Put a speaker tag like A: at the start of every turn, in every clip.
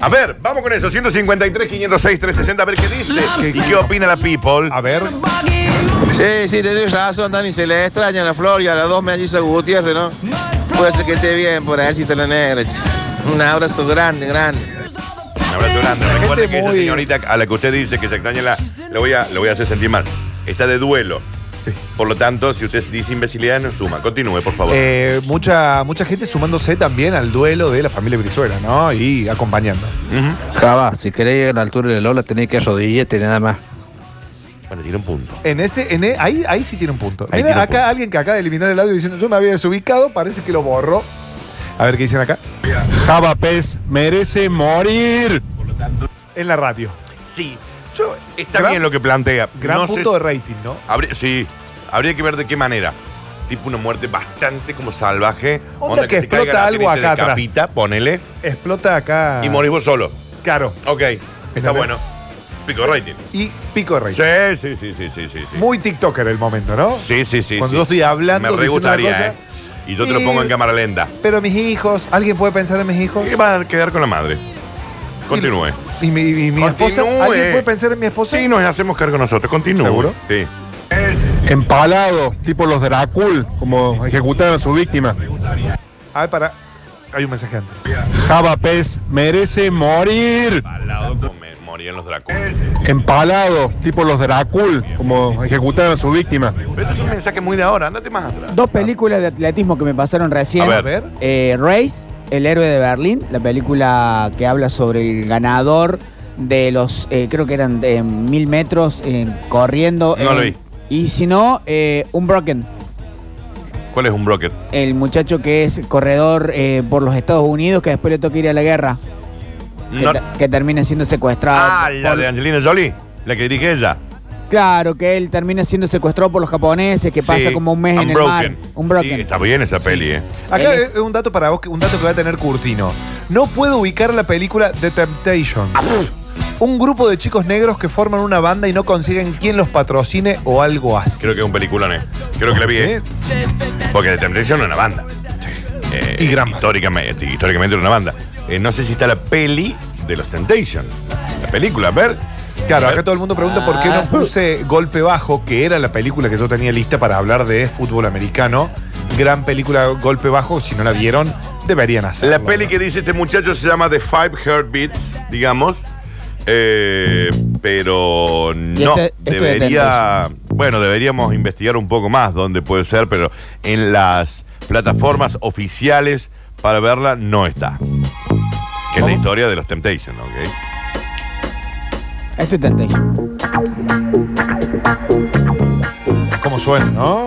A: A ver, vamos con eso. 153, 506, 360. A ver qué dice. ¿Qué, qué opina la people?
B: A ver.
C: Sí, sí, tenés razón, Dani. Se le extraña a la Flor y a las dos mellizas Gutiérrez, ¿no? Puede ser que esté bien por ahí, si te la negra. che. Un abrazo grande, grande.
A: Un abrazo grande. Recuerde que esa
B: muy-
A: señorita a la que usted dice que se extraña la. Le voy a, le voy a hacer sentir mal. Está de duelo.
B: Sí.
A: Por lo tanto, si usted dice imbecilidad, no suma. Continúe, por favor.
B: Eh, mucha, mucha gente sumándose también al duelo de la familia Brizuela, ¿no? Y acompañando.
A: Ujú.
D: Java, si querés llegar a la altura de Lola, tenés que arrodillarte nada más.
A: Bueno, tiene un punto.
B: En ese, en e- ahí, ahí sí tiene un punto.
A: Ahí
B: Mira,
A: tiene un
B: acá
A: punto.
B: alguien que acaba de eliminar el audio diciendo yo me había desubicado, parece que lo borró. A ver qué dicen acá.
E: Java Pez merece morir.
B: En la radio.
A: Sí.
B: Yo-
A: Está
B: gran-
A: bien lo que plantea.
B: Gran
A: No sé
B: punto
A: si-
B: de rating, ¿no?
A: Habría- sí, habría que ver de qué manera. Tipo una muerte bastante como salvaje.
B: Onda que
A: te caiga
B: explota
A: la
B: algo
A: tele y te
B: acá atrás.
A: decapita, ponele.
B: Explota acá.
A: Y morís vos solo.
B: Claro.
A: Ok. Está
B: ¿Entendés?
A: bueno. Pico de rating.
B: Y pico de rating.
A: Sí, sí, sí, sí, sí, sí. sí.
B: Muy TikToker el momento, ¿no?
A: Sí, sí, sí.
B: Cuando
A: sí.
B: yo estoy hablando,
A: Me re
B: diciendo una
A: gustaría,
B: cosa,
A: ¿eh? Y yo te lo
B: y-
A: pongo en cámara lenta.
B: Pero mis hijos, ¿alguien puede pensar en mis hijos?
A: ¿Qué va a quedar con la madre? Continúe.
B: ¿Y mi, y mi esposa?
A: Continúe.
B: ¿Alguien puede pensar en mi esposa?
A: Sí, nos hacemos cargo nosotros. Continúe.
B: ¿Seguro?
A: Sí.
E: Empalado, tipo los Dracul, como ejecutaron a su víctima.
B: A ver, para. Hay un mensaje antes.
E: Java Pez merece morir.
A: Al lado con me- morían los dracones.
E: Empalado, tipo los Dracul, como ejecutaron a su víctima.
A: Pero esto es un mensaje muy de ahora. Andate más atrás.
F: Dos películas de atletismo que me pasaron recién.
A: A ver.
B: A ver.
F: Eh, Race, El héroe de Berlín, la película que habla sobre el ganador de los, eh, creo que eran de mil metros eh, corriendo.
A: No
F: eh,
A: lo vi.
F: Y si no, eh, un Broken,
A: ¿Cuál es un brocket?
F: el muchacho que es corredor eh, por los Estados Unidos que después le toca ir a la guerra,
A: No-
F: que, te- que termina siendo secuestrado.
A: Ah, la
F: por-
A: de Angelina Jolie, la que dirige ella.
F: Claro, que él termina siendo secuestrado por los japoneses, que pasa
A: Sí,
F: como un mes en el mar.
A: Unbroken.
F: Un Broken.
A: Sí, está bien esa peli, ¿eh?
B: Acá
F: Él
B: es un dato para vos, que- un dato que va a tener Curtino. No puedo ubicar la película The Temptation. Un grupo de chicos negros que forman una banda y no consiguen quién los patrocine o algo así.
A: Creo que es un peliculón, ¿eh? Creo que la vi, ¿eh?
B: ¿Sí?
A: Porque The Temptation era una banda. Eh,
B: Y gran banda.
A: históricamente, históricamente era una banda. Eh, no sé si está la peli de los Temptation. La película, a ver.
B: Claro,
A: A ver. Ah.
B: acá todo el mundo pregunta por qué no puse Golpe Bajo, que era la película que yo tenía lista para hablar de fútbol americano. Gran película Golpe Bajo, si no la vieron, deberían hacerlo.
A: La peli que dice este muchacho se llama The Five Heartbeats, digamos. Eh, pero
F: Y
A: no,
F: este- este de
A: debería. Bueno, deberíamos investigar un poco más dónde puede ser, pero en las plataformas oficiales para verla no está. Que es la historia de los Temptations, ¿ok?
F: Esto es Temptation.
B: Como suena, ¿no?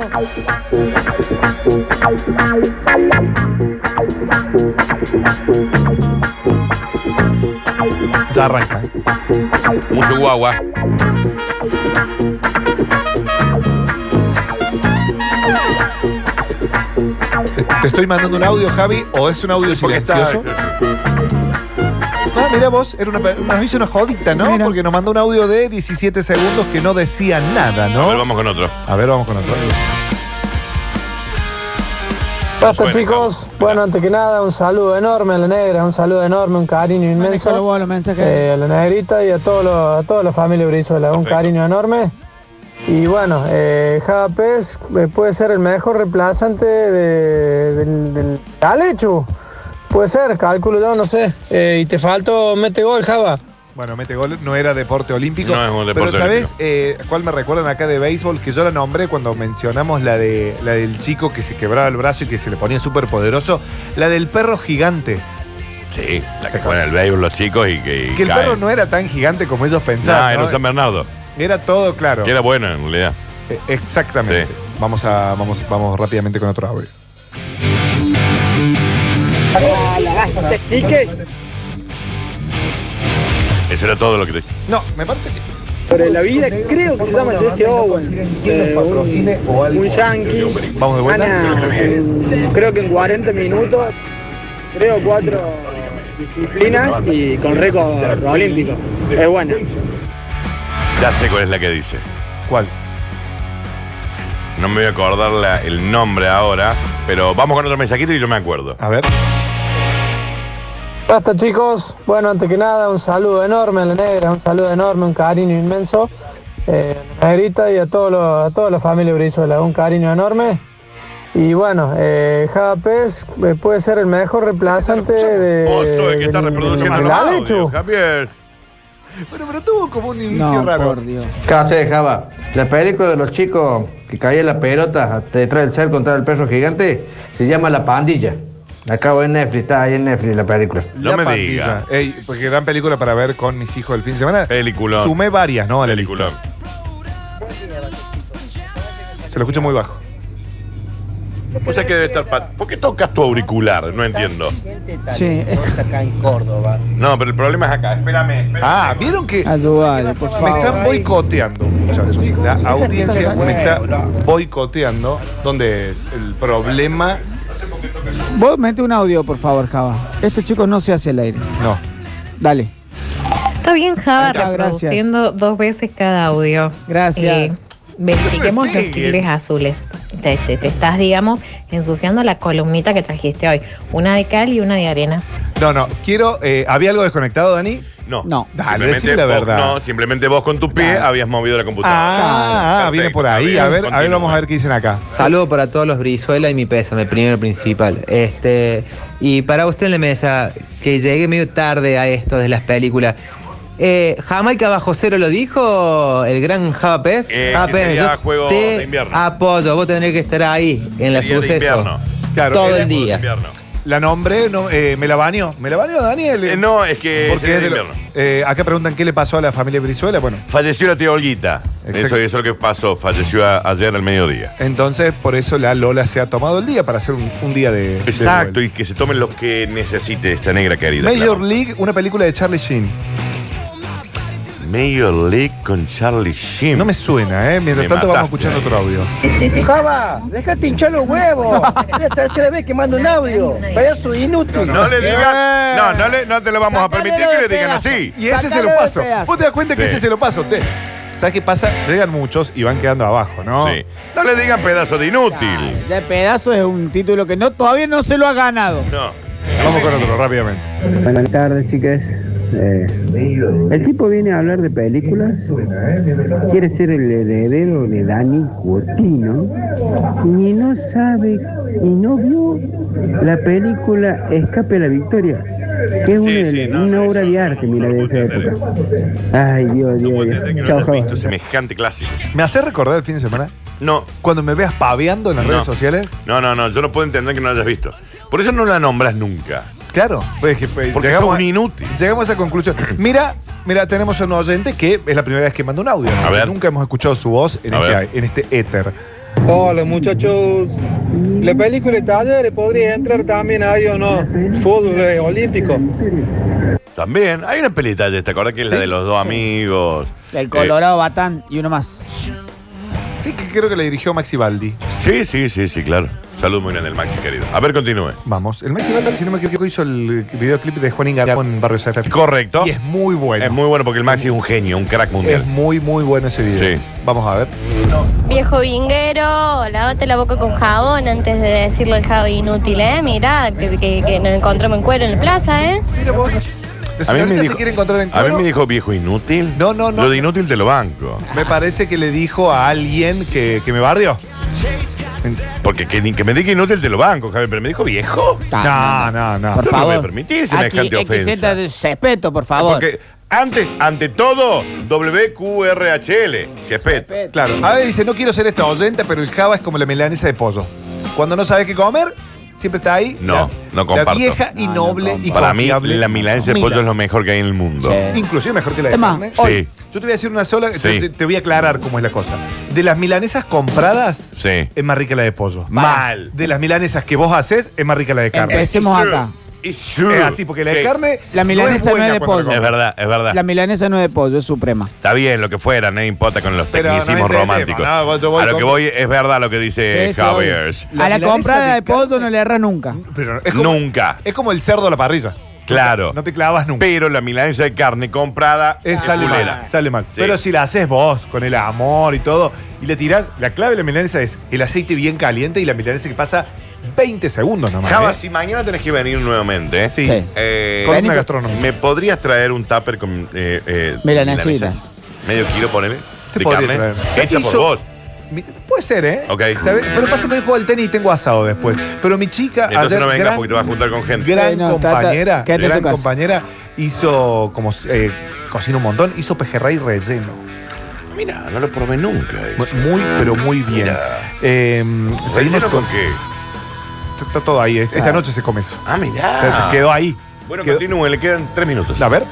B: Ya arranca. ¿eh?
A: Mucho guagua.
B: Te, te estoy mandando un audio, Javi, o es un audio
A: Porque está-
B: silencioso. Ah, mira vos, era una, pe- nos hizo una jodita, ¿no?
F: Mira.
B: Porque nos mandó un audio de 17 segundos que no decía nada,
A: A ver,
B: ¿no?
A: vamos con otro.
B: A ver, vamos con otro.
G: Basta
A: Bueno,
G: chicos, bueno antes que nada un saludo enorme a la negra, un saludo enorme, un cariño
F: Solo
G: inmenso
F: vos los mensajes.
G: eh, a la negrita y a, todos los- a toda la familia Brizola, un
A: Perfecto.
G: cariño enorme. Y bueno, eh, Java Pez, eh, puede ser el mejor reemplazante de- del, del Alechu, puede ser, cálculo yo, no sé, Eh, y te faltó, mete gol Java.
B: Bueno, mete gol, no era deporte olímpico.
A: No es un deporte
B: pero ¿sabes eh, cuál me recuerdan acá de béisbol? Que yo la nombré cuando mencionamos la, de, la del chico que se quebraba el brazo y que se le ponía súper poderoso. La del perro gigante.
A: Sí, la que juegan el béisbol los chicos y que. y
B: Que el
A: caen.
B: perro no era tan gigante como ellos
A: Nah,
B: pensaban.
A: era
B: ¿no?
A: un San Bernardo.
B: Era todo claro.
A: Que era bueno en realidad.
B: Eh, Exactamente.
A: Sí.
B: Vamos, a, vamos, vamos rápidamente con otro audio.
A: Eso era todo lo que te.
B: No, me parece que.
G: Sobre la vida, creo que se llama Jesse Owens, eh, un yankee.
B: Vamos de vuelta.
G: Gana, en- creo que en 40 minutos, tres o cuatro disciplinas y con récord olímpico. Es buena.
A: Ya sé cuál es la que dice.
B: ¿Cuál?
A: No me voy a acordar la- el nombre ahora, pero vamos con otro mensajito y yo me acuerdo.
B: A ver.
G: Basta chicos, bueno, antes que nada un saludo enorme a la negra, un saludo enorme, un cariño inmenso eh, a la negrita y a, todos los- a toda la familia Brizola, un cariño enorme. Y bueno, eh, Japes eh, puede ser el mejor reemplazante de...
A: Vos sos el que está
G: del-
A: reproduciendo
G: del
A: los
G: Galechu.
A: audios, Javier.
B: Bueno, pero tuvo como un inicio
F: No,
B: raro.
F: por Dios.
H: ¿Qué haces, Java? La película de los chicos que caían las pelotas detrás del ser contra el perro gigante se llama La Pandilla. La acabo en Netflix, está ahí en Netflix la película.
A: No
B: La
A: me
B: Pandilla.
A: diga.
B: Ey, porque gran película para ver con mis hijos el fin de semana.
A: Peliculón.
B: Sumé varias, ¿no? A la
A: Película.
B: lista. Se lo escucho muy bajo.
A: O sea que debe estar. pa- ¿Por qué tocas tu auricular? No entiendo.
F: Sí.
I: acá en Córdoba.
A: No, pero el problema es acá. Espérame, espérame.
B: Ah, ¿vieron que
F: Ayúdale, por
B: me
F: favor.
B: están boicoteando? muchachos? La audiencia me está boicoteando. ¿Dónde es el problema?
F: Vos mete un audio, por favor, Java. Este chico no se hace el aire.
B: No.
F: Dale.
J: Está bien, Java,
F: Ahí está, gracias.
J: reproduciendo dos veces cada audio.
F: Gracias.
J: verifiquemos
A: No me
J: los
A: peguen.
J: tigres azules. Te, te- te estás, digamos, ensuciando la columnita que trajiste hoy. Una de cal y una de arena.
B: No, no. Quiero. eh, ¿Había algo desconectado, Dani?
A: No.
F: No.
B: Dale,
A: Simplemente
B: decime la
A: vos-
B: verdad.
A: No, simplemente vos con tu pie habías movido la computadora.
B: Ah, ah,
A: Perfecto,
B: viene por ahí. A ver, a ver,
A: continúa.
B: vamos a ver qué dicen acá.
I: Saludo para todos los Brizuela y mi pésame, primero principal. Este, y para usted en la mesa, que llegue medio tarde a esto de las películas. Eh, Jamaica bajo cero lo dijo el gran Java Pez.
A: Eh,
I: Java
A: que
I: Pez,
A: sería
I: yo
A: juego
I: te
A: de invierno.
I: apoyo, vos tendrías que estar ahí en la
A: Sería de
I: suceso.
A: invierno.
B: Claro,
I: Todo
B: eh,
I: el día.
A: Invierno.
B: La nombre, no, eh, me la baño. ¿Me la baño, Daniel?
A: Eh, no, es que
B: Porque
A: sería
B: es
A: de
B: de lo-
A: invierno.
B: eh, acá preguntan qué le pasó a la familia Brizuela. Bueno,
A: Falleció la tía Olguita.
B: Exacto.
A: Eso, eso es lo que pasó. Falleció a- ayer al mediodía.
B: entonces por eso la Lola se ha tomado el día para hacer un, un día de. de
A: Exacto, y
B: duelo.
A: que se tomen lo que necesite esta negra querida.
B: Major
A: claro.
B: League, una película de Charlie Sheen.
A: Major League con Charlie Sheen.
B: No me suena, ¿eh? Mientras
A: Me
B: tanto vamos
A: mataste
B: escuchando
A: ahí.
B: otro audio.
I: Java, dejate hinchar los huevos. Es la tercera vez que mando un audio. Payaso inútil.
A: No le digan. No, no, le- no te lo vamos a permitir que le digan así.
B: Y ese se
F: Sacalo
B: lo
F: de
B: paso.
F: pedazo.
B: Vos te das cuenta que
A: Sí.
B: ese se lo paso. Te- ¿Sabes qué pasa? Llegan muchos y van quedando abajo, ¿no?
A: Sí. No le digan pedazo de inútil.
F: De pedazo es un título que no, todavía no se lo ha ganado.
A: No.
B: Vamos con otro rápidamente.
I: Buenas tardes, chicas. Eh, el tipo viene a hablar de películas. Quiere ser el heredero de Dani Cuotino. Y no sabe y no vio la película Escape a la Victoria. Que es
A: Sí,
I: una,
A: sí, no,
I: una
A: no,
I: obra
A: eso
I: de
A: no,
I: arte,
A: no,
I: mira,
A: no
I: de
A: lo
I: esa
A: puedo entender.
I: époco. Ay, Dios,
A: No
I: Dios,
A: puedo
I: Dios.
A: entender que no
I: Chao,
A: hayas
I: Java.
A: visto semejante clásico.
B: ¿Me haces recordar el fin de semana?
A: No,
B: Cuando me veas paveando en las
A: No.
B: redes sociales.
A: no, no, no. Yo no puedo entender que no la hayas visto. Por eso no la nombras nunca.
B: Claro, pues, que, pues,
A: Porque
B: llegamos,
A: sos un
B: a,
A: inútil.
B: llegamos a esa conclusión. Mira, mira, tenemos un oyente que es la primera vez que manda un audio.
A: A ver.
B: Nunca hemos escuchado su voz en,
A: A ver.
B: este, en este éter.
G: Hola muchachos, la película de Talleres podría entrar también ahí o no, fútbol eh, olímpico.
A: También. Hay una pelita de esta, ¿te acordás que es la de los dos amigos?
F: El Colorado Batán y uno más.
B: Sí, que creo que le dirigió Maxi Baldi.
A: Eh, sí, sí, sí, sí, claro. Salud muy grande, el Maxi, querido. A ver, continúe.
B: Vamos, el Maxi Baldi, si no me equivoco, hizo el videoclip de Juan Ingaramo en Barrio Santa Fe.
A: Correcto.
B: Y es muy bueno. Eh,
A: Es muy bueno porque el Maxi es un genio, un crack mundial.
B: Es muy, muy bueno ese video.
A: Sí.
B: Vamos a ver.
J: Viejo vinguero, lávate la boca con jabón antes de decirle el jabón inútil, ¿eh? Mirá, que, nos encontramos en cuero en la plaza, ¿eh?
B: La señorita se quiere encontrar en
A: a mí
B: coro.
A: me dijo viejo inútil.
B: No, no, no.
A: Lo de inútil te lo banco.
B: Me parece que le dijo a alguien que, que me barrió.
A: Porque que, ni- que me diga inútil te lo banco, Javier. Pero me dijo viejo.
B: No, Ah, no, no.
A: Yo no voy a permitir semejante
F: Aquí,
A: ofensa.
F: exenta de respeto, por favor.
A: Porque antes, ante todo, WQRHL. Se espeta.
B: Claro. A ver, dice, no quiero ser esta oyenta, pero el java es como la melanesa de pollo. Cuando no sabes qué comer, siempre está ahí.
A: No,
B: la,
A: no comparto.
B: La vieja y
F: No, no
B: noble y
F: comparto.
A: Para mí,
B: confiable
A: la milanesa de pollo
B: Mila.
A: es lo mejor que hay en el mundo.
F: Sí.
B: Inclusive mejor que la de
F: Emma,
B: carne.
A: Sí.
B: Hoy, yo te voy a decir una sola, yo
A: Sí.
B: te, te voy a aclarar cómo es la cosa. De las milanesas compradas,
A: Sí.
B: es más rica la de pollo.
A: Mal.
B: De las milanesas que vos haces, es más rica la de carne.
F: Empecé- Hacemos
A: It's true.
F: acá.
A: It's true.
B: Es así, porque la de
A: Uh, Sí.
B: carne.
F: La milanesa no es
B: buena cuando
F: de
B: la
F: pollo.
A: Es
B: comes.
A: verdad, es verdad.
F: La milanesa no es de pollo, es suprema.
A: Está bien, lo que fuera, no importa con los
B: Pero no
A: tecnicismos
B: entendemos,
A: románticos.
B: no, vos- yo voy
A: a lo
B: con-
A: que voy es verdad lo que dice
F: Sí, sí,
A: Javier.
F: obvio. a la
B: La milanesa
F: comprada
B: de
F: de pollo
B: carne-
F: no le erra nunca.
B: Pero es como-
A: Nunca.
B: Es como el cerdo a la parrilla.
A: Claro.
B: No te clavas nunca.
A: Pero la milanesa de carne comprada
B: Eh,
A: es
B: sale
A: fulera.
B: mal, sale mal.
A: Sí.
B: Pero si la haces vos, con el amor y todo, y le tirás, la clave de la milanesa es el aceite bien caliente y la milanesa que pasa 20 segundos nomás.
A: Java,
B: ¿eh?
A: si mañana tenés que venir nuevamente, ¿eh?
B: Sí.
A: Eh,
B: Con una gastrónoma.
A: ¿Me podrías traer un tupper con eh, eh,
F: Milanesita.
A: milanesas? Medio kilo, ponele.
B: Te
A: de
B: podría
A: carne.
B: traer. ¿Sabes
A: Hecha
B: qué
A: por
B: hizo?
A: vos.
B: Mi- Puede ser, ¿eh?
A: Ok.
B: ¿Sabes? Pero pasa que hoy juego al tenis y tengo asado después. Pero mi chica.
A: Entonces
B: ayer,
A: no vengas
B: gran-
A: porque te vas a juntar con gente.
B: Gran
F: Sí, no,
B: compañera,
F: trata- quédate en
B: gran
F: tu casa.
B: compañera, hizo como eh, cocina un montón, hizo pejerrey relleno.
A: Mira, no lo probé nunca.
B: Mu-
A: eso.
B: Muy, pero muy bien.
A: Mira.
B: Eh, seguimos
A: ¿Relleno
B: con.
A: con qué?
B: Está todo ahí. Esta
F: Ah.
B: noche se come eso.
A: Ah,
B: Pero
A: mirá.
B: Quedó ahí.
A: Bueno,
B: quedó-
A: continúe, le quedan tres minutos.
B: A ver.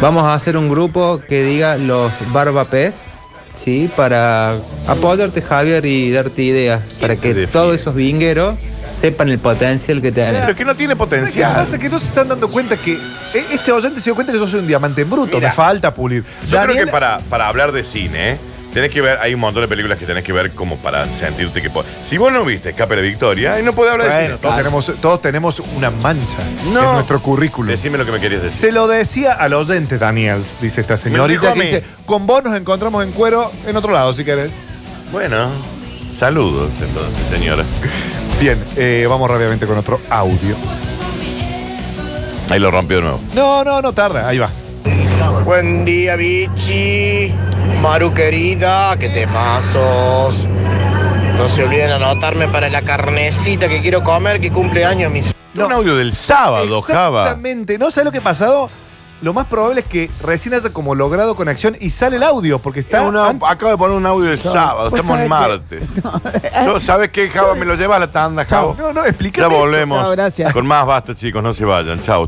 D: Vamos a hacer un grupo que diga los barbapés, ¿sí? Para apoyarte, Javier, y darte ideas. Para
A: te
D: que
A: define?
D: todos esos vingueros sepan el potencial que
A: Pero
D: tienen.
A: es que no tiene
B: ¿Sabes ¿Qué
A: potencial.
B: pasa? Que no se están dando cuenta que eh, este oyente se dio cuenta que yo soy un diamante en bruto.
A: Mira.
B: Me falta pulir.
A: Yo creo
B: Daniel-
A: que para, para hablar de cine, ¿eh? tenés que ver, hay un montón de películas que tenés que ver como para sentirte que po- Si vos no viste Escape de la Victoria, ahí no podés hablar
B: Bueno,
A: de
B: todos,
A: cine.
B: tenemos, todos tenemos una mancha
A: No.
B: en nuestro currículum.
A: Decime lo que me querías decir.
B: Se lo decía al oyente Daniels, dice esta
A: dijo
B: señorita
A: a
B: que
A: mí.
B: dice, con vos nos encontramos en cuero en otro lado, si querés.
A: Bueno, saludos entonces, señora.
B: Bien, eh, vamos rápidamente con otro audio.
A: Ahí lo rompió de nuevo.
B: No, no, no tarda, ahí va.
I: Buen día, bichi. Maru querida, qué temazos. No se olviden anotarme para la carnecita que quiero comer, que cumple años mis
B: No.
A: Un audio del sábado, Java.
B: Exactamente, ¿no sabes lo que ha pasado? Lo más probable es que recién haya como logrado conexión y sale el audio, porque está...
A: Está una-
B: an-
A: acabo de poner un audio del sábado,
F: Pues,
A: estamos en
F: ¿sabes
A: martes. Yo, ¿Sabes qué, Java? Me lo lleva a la tanda, Java.
B: no, no,
A: Ya
B: explícame.
A: volvemos.
F: Chao, gracias.
A: Con más basta, chicos, no se vayan. Chao.